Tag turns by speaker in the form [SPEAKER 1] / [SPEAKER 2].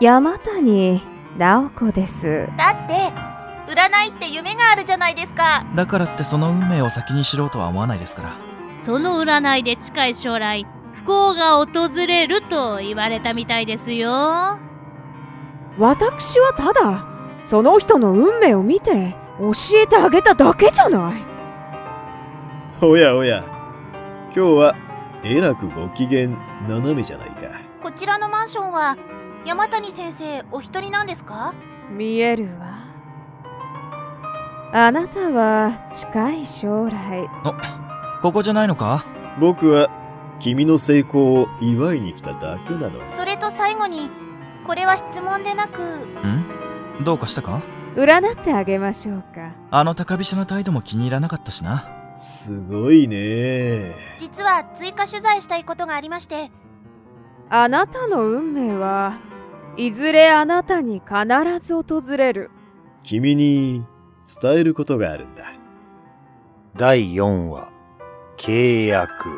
[SPEAKER 1] 山谷直子です
[SPEAKER 2] だって占いって夢があるじゃないですか
[SPEAKER 3] だからってその運命を先に知ろうとは思わないですから
[SPEAKER 4] その占いで近い将来、不幸が訪れると言われたみたいですよ。
[SPEAKER 5] 私はただその人の運命を見て教えてあげただけじゃない
[SPEAKER 6] おやおや今日はえらくご機嫌斜めじゃないか
[SPEAKER 2] こちらのマンションは山谷先生お一人なんですか
[SPEAKER 1] 見えるわあなたは近い将来
[SPEAKER 3] ここじゃないのか
[SPEAKER 6] 僕は君の成功を祝いに来ただけなの
[SPEAKER 2] それと最後にこれは質問でなく
[SPEAKER 3] んどうかしたか
[SPEAKER 1] 占ってあげましょうか
[SPEAKER 3] あの高飛車の態度も気に入らなかったしな
[SPEAKER 6] すごいね
[SPEAKER 2] 実は追加取材したいことがありまして
[SPEAKER 1] あなたの運命はいずれあなたに必ず訪れる
[SPEAKER 6] 君に伝えることがあるんだ
[SPEAKER 7] 第4話、契約。